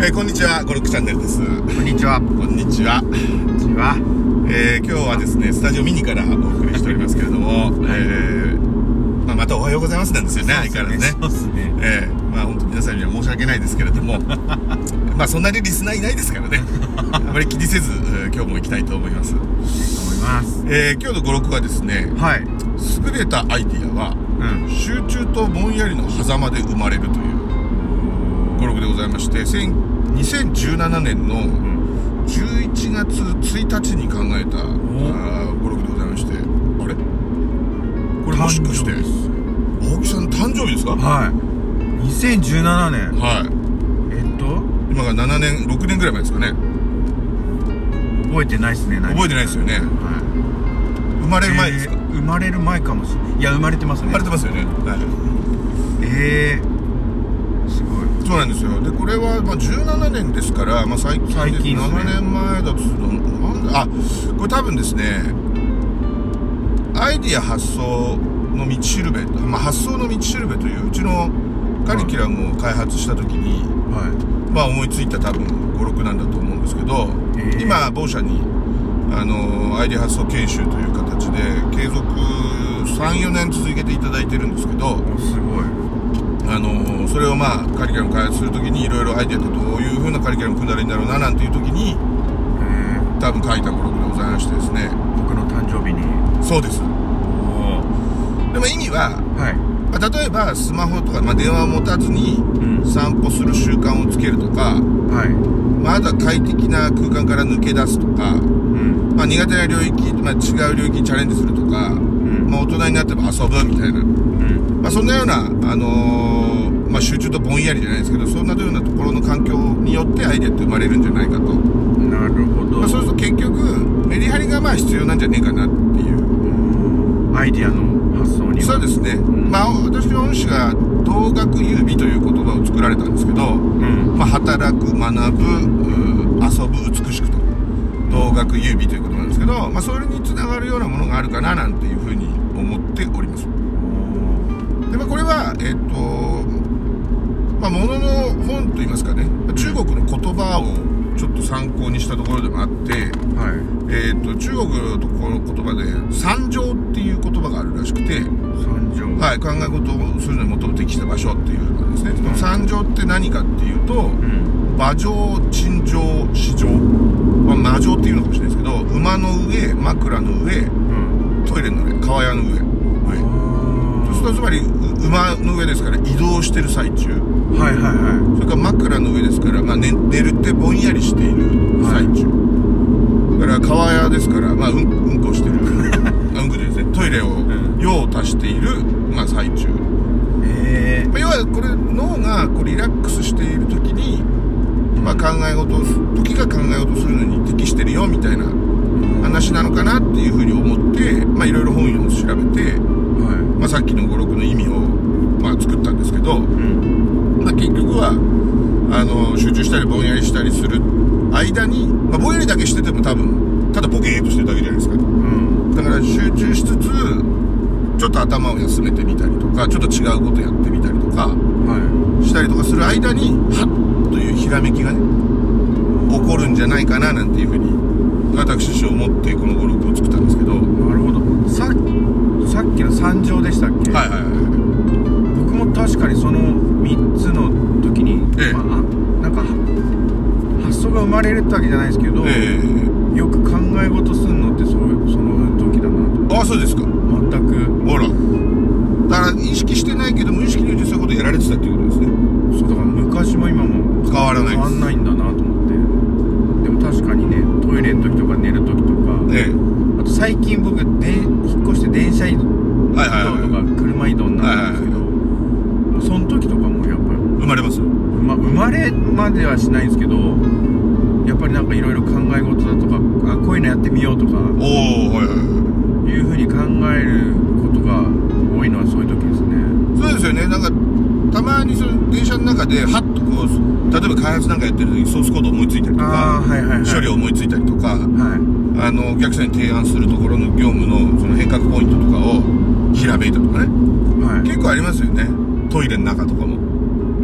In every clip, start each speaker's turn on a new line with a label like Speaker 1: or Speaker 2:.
Speaker 1: えーこんにちは、ゴルクチャンネルです。
Speaker 2: こんにちは。こ
Speaker 1: こんにちは。
Speaker 2: んにちは。
Speaker 1: えー今日はですね、スタジオミニからお送りしておりますけれども、えーまあ、またおはようございますなんですよね、相変わらずね。
Speaker 2: そうですね。
Speaker 1: えーまあ本当皆さんには申し訳ないですけれども、 まあそんなにリスナーいないですから ね、あまり気にせず、えー今日も行きたいと思います。
Speaker 2: 思います。
Speaker 1: えー今日の語録はですね、
Speaker 2: はい。
Speaker 1: 優れたアイディアは、
Speaker 2: うん。
Speaker 1: 集中とぼんやりの狭間で生まれるという語録でございまして、千2017年の、11月1日に考えたあー語録でございましてあれこれもしかして
Speaker 2: 誕生日
Speaker 1: 青木さんの誕生日ですかは
Speaker 2: はい。2017年。
Speaker 1: い
Speaker 2: えっと、
Speaker 1: 今が7年6年ぐらい前ですかね
Speaker 2: 覚えてないですね。
Speaker 1: 覚えてないですよね
Speaker 2: は
Speaker 1: 生まれ
Speaker 2: い。
Speaker 1: る前ですか、
Speaker 2: えー生まれる前かもしれない。いや、生まれてますね。
Speaker 1: 生まれてますよねは
Speaker 2: えー。すごい。
Speaker 1: いそうなんですよでこれは、まあ、17年ですから、まあ、最近で
Speaker 2: 最近ですね
Speaker 1: 7年前だとするとなんだあこれ多分ですねアイディア発想の道しるべ、まあ、発想の道しるべといううちのカリキュラムを開発した時に、
Speaker 2: は
Speaker 1: まあ、思いついた多分56なんだと思うんですけど、
Speaker 2: ええ
Speaker 1: 今某社にあのアイデア発想研修という形で継続34年続けていただいてるんですけど
Speaker 2: い。お、すごい。
Speaker 1: あのそれをまあカリキュラム開発する時にいろいろアイデアってどういう風なカリキュラム組んだらいいんだろうななんていう時に
Speaker 2: えー、
Speaker 1: 多分書いた語録でございましてですね
Speaker 2: 僕の誕生日に。
Speaker 1: そうです
Speaker 2: お
Speaker 1: でも意味は、
Speaker 2: はい。
Speaker 1: まあ例えばスマホとか、まあ、電話を持たずに
Speaker 2: ん
Speaker 1: 散歩する習慣をつけるとか、
Speaker 2: はい。
Speaker 1: まあ、あとは快適な空間から抜け出すとか
Speaker 2: うん。
Speaker 1: まあ、苦手な領域、まあ、違う領域にチャレンジするとか、
Speaker 2: ん
Speaker 1: まあ、大人になっても遊ぶみたいな、
Speaker 2: うん。
Speaker 1: まあ、そんなような、あのーまあ、集中とぼんやりじゃないですけどそんなようなところの環境によってアイデアって生まれるんじゃないかと、ま
Speaker 2: なるほど
Speaker 1: あ、。そうすると結局メリハリがまあ必要なんじゃねえかなっていう
Speaker 2: うんアイディアの発想には。
Speaker 1: そうですね、
Speaker 2: ん
Speaker 1: まあ、私の恩師が「同学優美」という言葉を作られたんですけど、
Speaker 2: うん。
Speaker 1: まあ、働く学ぶうー遊ぶ美しくと同学優美ということなんですけど、まあ、それにつながるようなものがあるかななんていうふうに思っておりますで、まあ、これはえっ、とまあものの本といいますかねまあ中国の言葉をちょっと参考にしたところでもあって、
Speaker 2: おーはい。
Speaker 1: えっと中国のところの言葉で「三条」っていう言葉があるらしくて、
Speaker 2: 三条。
Speaker 1: はい、考え事をするのに最も適した場所っていうのですね、
Speaker 2: ん
Speaker 1: 三条って何かっていうと、
Speaker 2: うん。
Speaker 1: 馬上、陳上、市上、まあ、馬上っていうのかもしれないですけど馬の上枕の上
Speaker 2: うん。
Speaker 1: トイレの上川屋の上
Speaker 2: あ
Speaker 1: 上そうするとつまりう馬の上ですから移動してる最中
Speaker 2: ーはいはいは
Speaker 1: それから枕の上ですから、まあ、寝寝るってぼんやりしている最中、だから川屋ですから、まあ、うんうんこしてるあうんこじゃないですねトイレを
Speaker 2: ん
Speaker 1: 用を足している、まあ、最中、
Speaker 2: い。え
Speaker 1: まあ、要はこれ脳がこうリラックスしている時に、まあ、考え事をす時が考え事をするのに適してるよみたいな
Speaker 2: ー。
Speaker 1: 話なのかなっていうふうに思って、まあ、いろいろ本を調べて、
Speaker 2: は
Speaker 1: まあ、さっきの語録の意味を、まあ、作ったんですけど、
Speaker 2: い。うん。
Speaker 1: まあ、結局はあの集中したりぼんやりしたりする間に、まあ、ぼんやりだけしてても多分ただボケーっとしてるだけじゃないですか
Speaker 2: うん。
Speaker 1: だから集中しつつちょっと頭を休めてみたりとかちょっと違うことやってみたりとか
Speaker 2: は
Speaker 1: したりとかする間にハッというひらめきがね起こるんじゃないかななんていうふうに私自身思ってこの語録を作ったんですけどはい
Speaker 2: い。なるほど。ささっきの三条でしたっけ。
Speaker 1: はいはいは
Speaker 2: 僕も確かにその三つの時に、
Speaker 1: ええ
Speaker 2: まああ、なんか発想が生まれるってわけじゃないですけど、
Speaker 1: いえ
Speaker 2: よく考え事すんのってそうその時だな
Speaker 1: えああそうですか
Speaker 2: と。全く
Speaker 1: ほらだから意識してないけど無意識にうちそういうことやられてたっていうことですね
Speaker 2: そうだから昔も今も。
Speaker 1: 変わらないで
Speaker 2: 変わ
Speaker 1: す
Speaker 2: んないんだなと思ってでも確かにねトイレの時とか寝る時とか
Speaker 1: ええ
Speaker 2: あと最近僕で引っ越して電車移動
Speaker 1: はいはい
Speaker 2: と
Speaker 1: はい
Speaker 2: か車移動になるんですけど、
Speaker 1: は
Speaker 2: もうその時とかもやっぱり
Speaker 1: 生まれます
Speaker 2: 生ま生まれまではしないんですけどやっぱりなんかいろいろ考え事だとかあこういうのやってみようとか
Speaker 1: おおはいはいは
Speaker 2: いうふうに考えることが多いのはそういう時ですね
Speaker 1: いそうですよねなんかたまにその電車の中でハッとこう例えば開発なんかやってる時にソースコード思いついたりと
Speaker 2: あ
Speaker 1: か
Speaker 2: あはいはいはい
Speaker 1: 処理を思いついたりとか
Speaker 2: はい
Speaker 1: あのお客さんに提案するところの業務のその変革ポイントとかをひらめいたとかね
Speaker 2: はい
Speaker 1: 結構ありますよねトイレの中とかも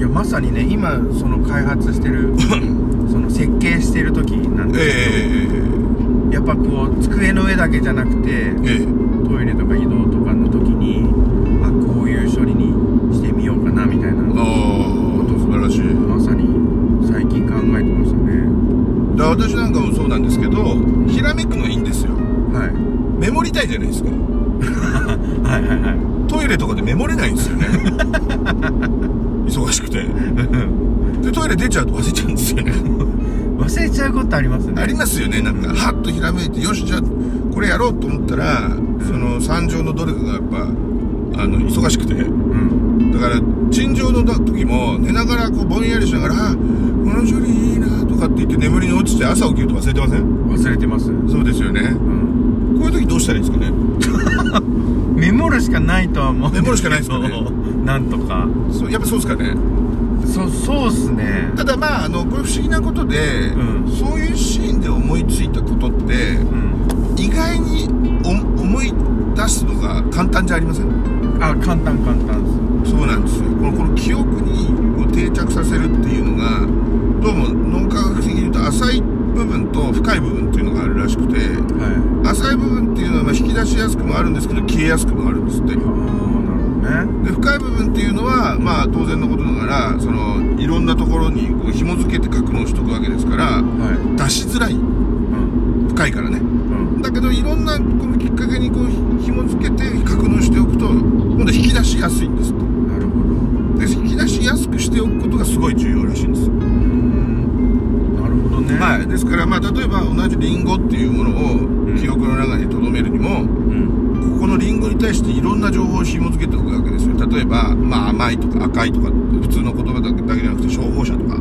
Speaker 2: やまさにね今その開発して るその設計してる時なん
Speaker 1: え
Speaker 2: でやっぱこう机の上だけじゃなくて
Speaker 1: えええええ
Speaker 2: トイレとか移動とかの時にあこういう処理にしてみようかなみたいな
Speaker 1: ああ素晴らしい
Speaker 2: まさに最近考えてましたね
Speaker 1: だから私なんかもそうなんですけどひらめくのはいいんですよ
Speaker 2: はい
Speaker 1: メモりたいじゃないですか
Speaker 2: はいはいはい
Speaker 1: トイレとかでメモれないんです よね忙しくてでトイレ出ちゃうと忘れちゃうんですよね
Speaker 2: 忘れちゃうことありますね
Speaker 1: ありますよねなんかハッとひらめいてよしじゃあこれやろうと思ったらその三条のどれかがやっぱあの忙しくて
Speaker 2: うん
Speaker 1: だから陳情の時も寝ながらこうぼんやりしながらあ「この処理いいな」とかって言って眠りに落ちて朝起きると忘れてません
Speaker 2: 忘れてます、う
Speaker 1: そうですよね
Speaker 2: ん、
Speaker 1: こういう時どうしたらいいんですかね
Speaker 2: メモるしかないとは思うんですけど
Speaker 1: メモるしかないですか
Speaker 2: なんとか
Speaker 1: そうやっぱそうですかね
Speaker 2: そそうっすね
Speaker 1: ただまああのこれ不思議なことで、
Speaker 2: うん
Speaker 1: そういうシーンで思いついたことって
Speaker 2: うん
Speaker 1: 意外にお思い出すのが簡単じゃありません
Speaker 2: あ簡単簡単です
Speaker 1: そうなんですよこのこの記憶にこう定着させるっていうのがどうも脳科学的に言うと浅い部分と深い部分っていうのがあるらしくて
Speaker 2: はい
Speaker 1: 浅い部分っていうのはまあ引き出しやすくもあるんですけど消えやすくもあるんですって
Speaker 2: ああなるほどね
Speaker 1: で深い部分っていうのはまあ当然のことながらそのいろんなところにこう紐付けて格納しとくわけですから
Speaker 2: はい
Speaker 1: 出しづらい
Speaker 2: うん
Speaker 1: 深いからね
Speaker 2: うん
Speaker 1: だけどいろんなこのきっかけにこうひ紐付けて格納しておくと今度引き出しやすいんですって
Speaker 2: なるほど
Speaker 1: で引き出しやすくしておくことがすごい重要らしいんです、
Speaker 2: うんなるほどね
Speaker 1: はい、ですからまあ例えば同じリンゴっていうものを
Speaker 2: ん
Speaker 1: 記憶の中に留めるにも、
Speaker 2: うん
Speaker 1: ここのリンゴに対していろんな情報を紐付けておくわけですよ例えば、まあ、甘いとか赤いとか普通の言葉だけだけじゃなくて消防車とか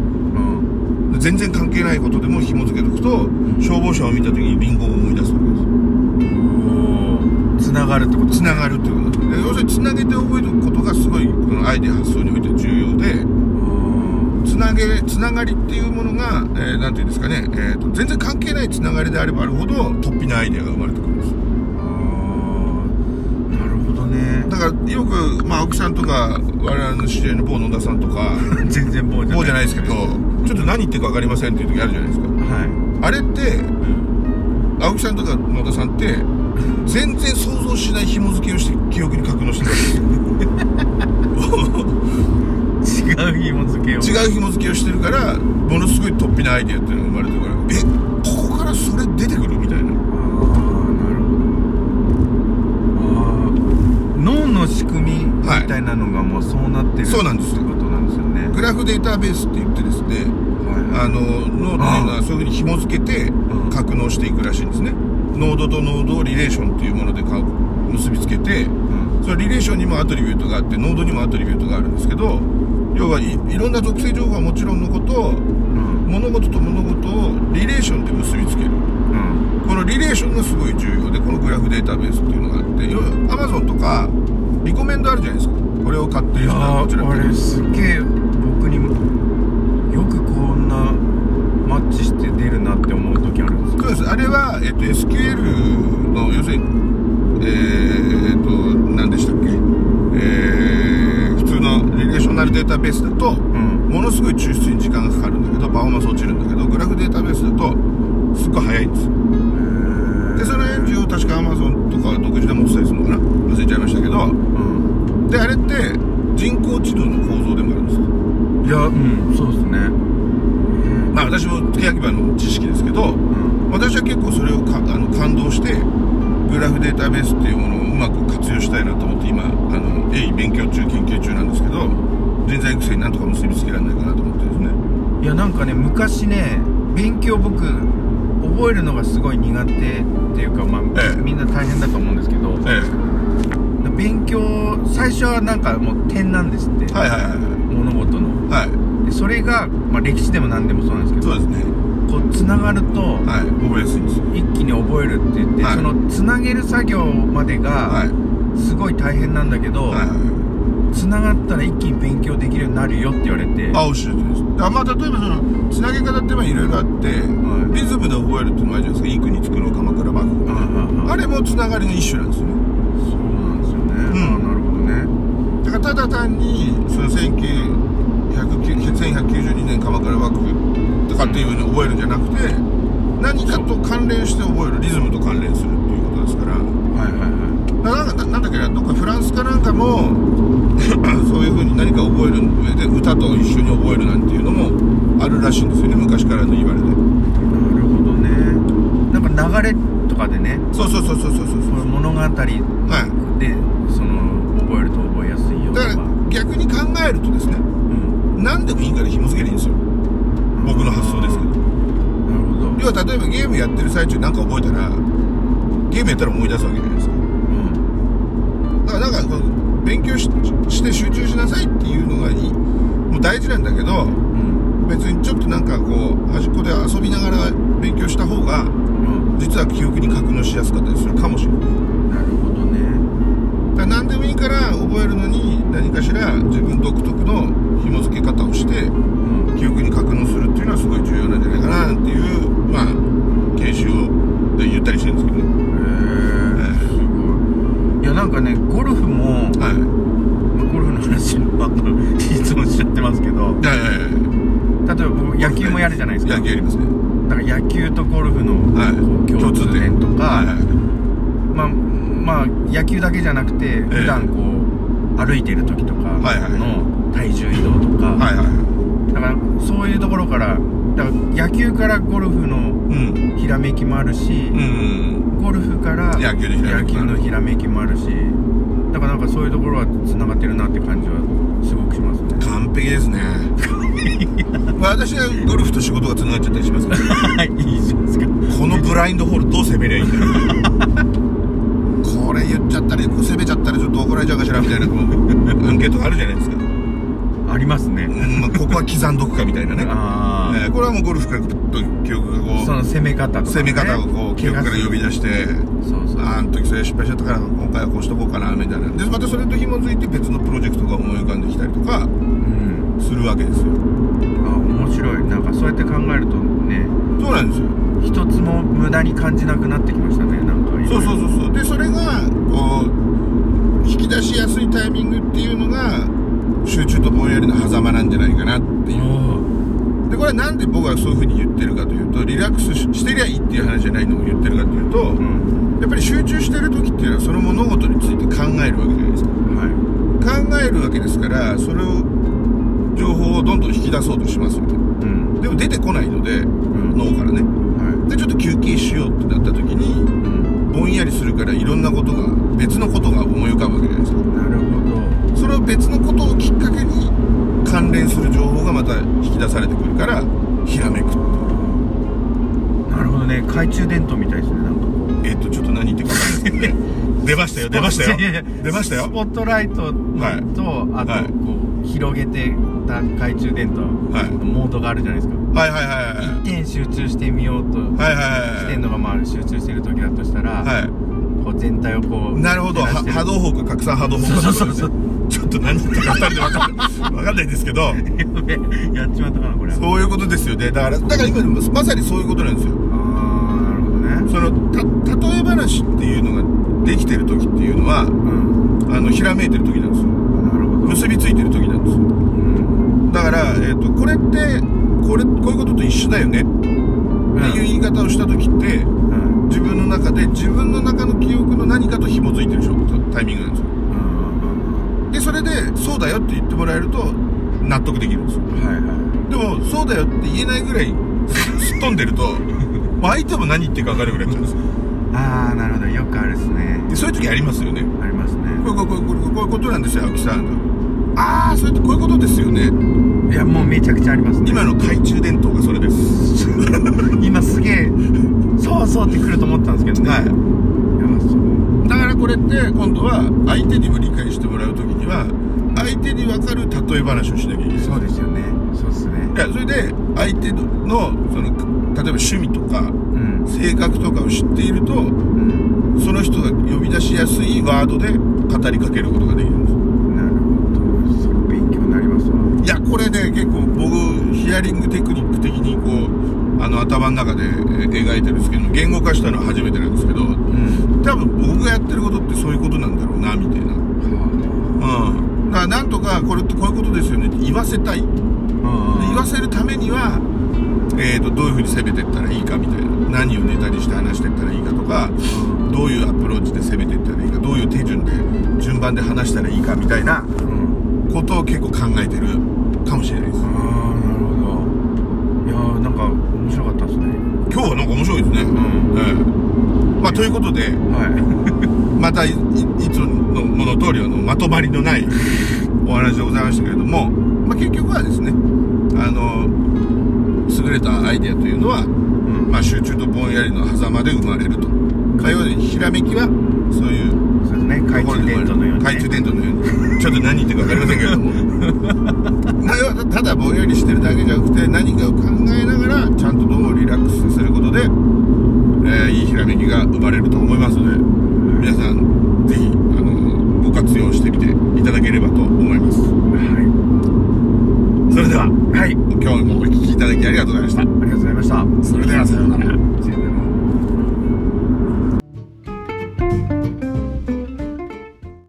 Speaker 2: うん
Speaker 1: 全然関係ないことでも紐付けておくと消防車を見た時にリンゴを思い出すわけです
Speaker 2: おつながるってこと
Speaker 1: つながるということで要するにつなげて覚えておくことがすごいこのアイデア発想において重要で
Speaker 2: うん
Speaker 1: つなげつながりっていうものが何、えーなんていうんですかね、えーと全然関係ないつながりであればあるほど突飛なアイデアが生まれてくるんです
Speaker 2: あーなるほどね
Speaker 1: だからよく、まあ、青木さんとか我々の知り合いの某野田さんとか
Speaker 2: 全然棒じゃない
Speaker 1: 某じゃないですけどちょっと何言ってるか分かりませんっていう時あるじゃないですか
Speaker 2: は
Speaker 1: あれって
Speaker 2: い、うん、
Speaker 1: 青木さんとか野田さんって全然想像しない紐付けをして記憶に格納してるわけですよ
Speaker 2: 違う紐付けを
Speaker 1: 違う紐付けをしてるからものすごい突飛なアイデアっていうのが生まれてるからえここからそれ出てくるみたいな
Speaker 2: ああなるほどあー脳の仕組みみたいなのがもうそうなってる、
Speaker 1: そうなんです
Speaker 2: ってことなんですよね
Speaker 1: グラフデータベースって言ってですね
Speaker 2: は
Speaker 1: あの脳っていうのはそういうふうに紐付けて
Speaker 2: ん
Speaker 1: 格納していくらしいんですねノードとノードをリレーションっていうものでか結びつけて
Speaker 2: い、うん、
Speaker 1: それリレーションにもアトリビュートがあってノードにもアトリビュートがあるんですけど要はいいろんな属性情報はもちろんのこと
Speaker 2: うん
Speaker 1: 物事と物事をリレーションで結びつける
Speaker 2: うん
Speaker 1: このリレーションがすごい重要でこのグラフデータベースっていうのがあっていろいろ Amazon とかリコメンドあるじゃないですかこれを買って
Speaker 2: い
Speaker 1: る
Speaker 2: や
Speaker 1: 人はこちら
Speaker 2: ーあれすっげえ僕にもよくこんなマッチして出るなって思う時あるんですよ
Speaker 1: そうですあれは、えっと、SQL の要するにえー、えっと何でしたっけえー、普通のリレーショナルデータベースだと
Speaker 2: うん
Speaker 1: ものすごい抽出に時間がかかるんだけどパフォーマンス落ちるんだけどグラフデータベースだとすっごい早いんですよでそのエンジンを確か Amazon とか独自でもお伝えするのかな忘れちゃいましたけど
Speaker 2: うん
Speaker 1: であれって人工知能の構造でもあるんですよ
Speaker 2: いやうんそうですね
Speaker 1: まあ私も欅場の知識ですけど
Speaker 2: うん
Speaker 1: 私は結構それをかあの感動してグラフデータベースっていうものをうまく活用したいなと思って今あの鋭意勉強中研究中なんですけど人材育成になんとか結びつけられないかなと思ってですね
Speaker 2: いやなんかね昔ね勉強僕覚えるのがすごい苦手っていうかまあ、
Speaker 1: ええ
Speaker 2: みんな大変だと思うんですけど、勉強最初はなんかもう点なんですって、
Speaker 1: はいはいはいは
Speaker 2: 物事の
Speaker 1: いはい
Speaker 2: でそれが、まあ、歴史でも何でもそうなんですけど
Speaker 1: そうですね
Speaker 2: こうつながると、
Speaker 1: はい覚えやすいんですよ
Speaker 2: 一気に覚えるって言って、
Speaker 1: はい
Speaker 2: そのつなげる作業ま
Speaker 1: は
Speaker 2: で
Speaker 1: い
Speaker 2: がすごい大変なんだけど、
Speaker 1: はいはいはい
Speaker 2: つながったら一気に勉強できるようになるよって言われて
Speaker 1: あおっしゃるとおりですあまあ例えばそのつなげ方ってまあいろいろあって、
Speaker 2: い
Speaker 1: リズムで覚えるっていうのもあるじゃないですかいい国作ろう鎌倉幕府
Speaker 2: ああああ
Speaker 1: あれもつながりの一種なんですよね
Speaker 2: そうなんですよね、
Speaker 1: ん
Speaker 2: ああなるほどね
Speaker 1: だからただ単にその1950 1192年鎌倉幕府とかっていうふうに覚えるんじゃなくて何かと関連して覚えるリズムと関連するっていうことですから
Speaker 2: はいはい
Speaker 1: なな
Speaker 2: は
Speaker 1: んかなんだっけなどっかフランスかなんかも そういうふうに何か覚える上で歌と一緒に覚えるなんていうのもあるらしいんですよね昔からの言われで
Speaker 2: いなるほどねなんか流れとかでね
Speaker 1: そうそうそうそうそうそう
Speaker 2: そういう物語で
Speaker 1: はい
Speaker 2: その覚えると覚えやすいよと
Speaker 1: だから
Speaker 2: か、
Speaker 1: 逆に考えるとですね
Speaker 2: うん、
Speaker 1: 何でもいいから紐付けりゃいいんですよ僕の発想ですけど
Speaker 2: なるほど
Speaker 1: 要は例えばゲームやってる最中なんか覚えたらゲームやったら思い出すわけじゃないですか
Speaker 2: うん
Speaker 1: だからなんかこう勉強しして集中しなさいっていうのがいいもう大事なんだけど
Speaker 2: うん
Speaker 1: 別にちょっとなんかこう端っこで遊びながら勉強した方が
Speaker 2: うん
Speaker 1: 実は記憶に格納しやすかったりするかもしれないだか
Speaker 2: なるほどね
Speaker 1: ら何でもいいから覚えるのに何かしら自分独特の紐付け方をして
Speaker 2: うん
Speaker 1: 記憶に格納するっていうのはすごい重要なんじゃないかなっていうまあ研修をで言ったりしてるんですけどね
Speaker 2: へえすごいいやなんかねゴルフも、ま
Speaker 1: はい
Speaker 2: あ、ゴルフの話ばっかりいつもしちゃってますけど
Speaker 1: いやいやいや
Speaker 2: 例えば僕野球もやるじゃないですか
Speaker 1: 野球やりますね
Speaker 2: だから野球とゴルフの
Speaker 1: はい
Speaker 2: こう共通点とか、
Speaker 1: はいはい
Speaker 2: まあまあ野球だけじゃなくて普段こう、歩いてる時とか
Speaker 1: はいはい
Speaker 2: の体重移動とか、
Speaker 1: はいはい
Speaker 2: だからそういうところからだから野球からゴルフの
Speaker 1: うん
Speaker 2: ひらめきもあるし
Speaker 1: う、ん
Speaker 2: ゴルフから
Speaker 1: 野球のひらめきもある
Speaker 2: 野球のひらめきもあるしだからなんかそういうところはつながってるなって感じはすごくします ね
Speaker 1: 完璧ですねまあ私はゴルフと仕事がつながっちゃったりしますけど
Speaker 2: いいじゃないですか
Speaker 1: このブラインドホールどう攻めりゃいいんだろうこれ言っちゃったりこう攻めちゃったりちょっと怒られちゃうかしらみたいなこうアンケートあるじゃないですか、うん
Speaker 2: ありますね
Speaker 1: まあ、ここは刻んどくかみたいなね、
Speaker 2: ああ、
Speaker 1: えーこれはもうゴルフからグッと記憶がこ
Speaker 2: その
Speaker 1: う
Speaker 2: 攻め方とか、ね、
Speaker 1: 攻め方をこう記憶から呼び出して
Speaker 2: そうそう
Speaker 1: あーあの時それ失敗しちゃったから今回はこうしとこうかなみたいなでまたそれと紐づいて別のプロジェクトが思い浮かんできたりとか
Speaker 2: うん
Speaker 1: するわけですよ
Speaker 2: あ面白いなんかそうやって考えるとね
Speaker 1: そうなんですよ
Speaker 2: 一つも無駄に感じなくなってきましたねなんか
Speaker 1: そうそうそうそうでそれがこう引き出しやすいタイミングっていうのが集中とぼんやりの狭間なんじゃないかなっていうでこれはなんで僕はそういうふうに言ってるかというとリラックスししてりゃいいっていう話じゃないのを言ってるかというと
Speaker 2: うん
Speaker 1: やっぱり集中してる時っていうのはその物事について考えるわけじゃないですか
Speaker 2: は
Speaker 1: 考えるわけですからそれを情報をどんどん引き出そうとしますよね
Speaker 2: いうん
Speaker 1: でも出てこないので
Speaker 2: うん
Speaker 1: 脳からね
Speaker 2: は
Speaker 1: でちょっと休憩しようってなった時
Speaker 2: い、
Speaker 1: に
Speaker 2: うん、
Speaker 1: ぼんやりするからいろんなことが別のことが思い浮かぶわけじゃないですか
Speaker 2: なるほ
Speaker 1: それを別のことをきっかけに関連する情報がまた引き出されてくるからひらめく
Speaker 2: どなるほどね懐中電灯みたいですねなんかこう
Speaker 1: えっとちょっと何言ってるか分かんないですけ どね出ましたよ出ました
Speaker 2: いやいや
Speaker 1: よ
Speaker 2: いや
Speaker 1: 出ました
Speaker 2: ス
Speaker 1: よ
Speaker 2: ポットライトの
Speaker 1: はい
Speaker 2: とあとこ
Speaker 1: はいう
Speaker 2: 広げてた懐中電灯
Speaker 1: はい
Speaker 2: モードがあるじゃないですか
Speaker 1: はいはいはいはい
Speaker 2: 一点集中してみようと
Speaker 1: はいはい
Speaker 2: し
Speaker 1: は
Speaker 2: てん
Speaker 1: い
Speaker 2: のがまあ集中してる時だとしたら、
Speaker 1: はい
Speaker 2: こう全体をこう
Speaker 1: なるほどは
Speaker 2: 照らして
Speaker 1: 波動砲か拡散波動砲か
Speaker 2: そうそうそうそう
Speaker 1: ちょっと何言ってるか2人で分かんない分かんないですけ ど
Speaker 2: やべえやっちまったかなこれ
Speaker 1: そういうことですよねだからだから今でもまさにそういうことなんですよ
Speaker 2: ああなるほどね
Speaker 1: そのた例え話っていうのができてる時っていうのは
Speaker 2: うん
Speaker 1: あのひらめいてる時なんですよ
Speaker 2: なるほど
Speaker 1: 結びついてる時なんですよ
Speaker 2: うん
Speaker 1: だから、えー、とこれってこれこういうことと一緒だよねっていう言い方をした時って
Speaker 2: うん
Speaker 1: 自分の中で自分の中の記憶の何かと紐づいてるでしょタイミングなんですよ
Speaker 2: うん
Speaker 1: でそれでそうだよって言ってもらえると納得できるんですよ
Speaker 2: はいは
Speaker 1: でもそうだよって言えないぐらいすすっ飛んでるとまあ相手も何言ってるか分かるぐらいなんですよ
Speaker 2: いああなるほどよくあるっすね
Speaker 1: でそういう時ありますよね
Speaker 2: ありますね
Speaker 1: こうこうこうこうこういうことなんですよ青木さんああそれってこういうことですよね
Speaker 2: いやもうめちゃくちゃありますね
Speaker 1: 今の懐中電灯がそれです
Speaker 2: 今すげえそうそうってくると思ったんですけどね
Speaker 1: はい
Speaker 2: やそう
Speaker 1: だからこれって今度は相手にも理解してもらう時には相手に分かる例え話をしなきゃいけない
Speaker 2: そうですよねそうっすね
Speaker 1: いやそれで相手のその例えば趣味とか
Speaker 2: うん
Speaker 1: 性格とかを知っていると
Speaker 2: うん
Speaker 1: その人が呼び出しやすいワードで語りかけることができるんです
Speaker 2: なるほどそれ勉強になりますわ
Speaker 1: いやこれね結構僕ヒアリングテクニック的にこうあの頭の中でえー描いてるんですけど言語化したのは初めてなんですけど
Speaker 2: うん
Speaker 1: 多分僕がやってることってそういうことなんだろうなみたいな
Speaker 2: は
Speaker 1: うんだからなんとかこれってこういうことですよねって言わせたい
Speaker 2: うん
Speaker 1: 言わせるためには、えー、とどういうふうに攻めてったらいいかみたいな何をネタにして話してったらいいかとかどういうアプローチで攻めてったらいいかどういう手順で順番で話したらいいかみたいな
Speaker 2: うん
Speaker 1: ことを結構考えてるかもしれないです
Speaker 2: ああなるほどいやーなんか面白かったですね
Speaker 1: 今日はなんか面白いですね、
Speaker 2: ん
Speaker 1: ええまあということで
Speaker 2: はい
Speaker 1: またいいいつのもの通りあのまとまりのないお話でございましたけれども、まあ、結局はですねあの優れたアイデアというのは、
Speaker 2: ん
Speaker 1: まあ、集中とぼんやりの狭間で生まれると火曜日ひらめきはそういう
Speaker 2: そうですね懐中電灯のように、ね、
Speaker 1: 懐中電灯のようにちょっと何言ってるか分かりませんけれども まあ要はただぼんやりしてるだけじゃなくて何かを考えながらちゃんとどうもリラックスさせることで、えーいいひらめきが生まれると思いますので皆さんぜひあのご活用してみていただければと思います
Speaker 2: は、
Speaker 1: それではい
Speaker 2: はい、あり
Speaker 1: 今日もお聞きいただきありがとうございました
Speaker 2: がとうございました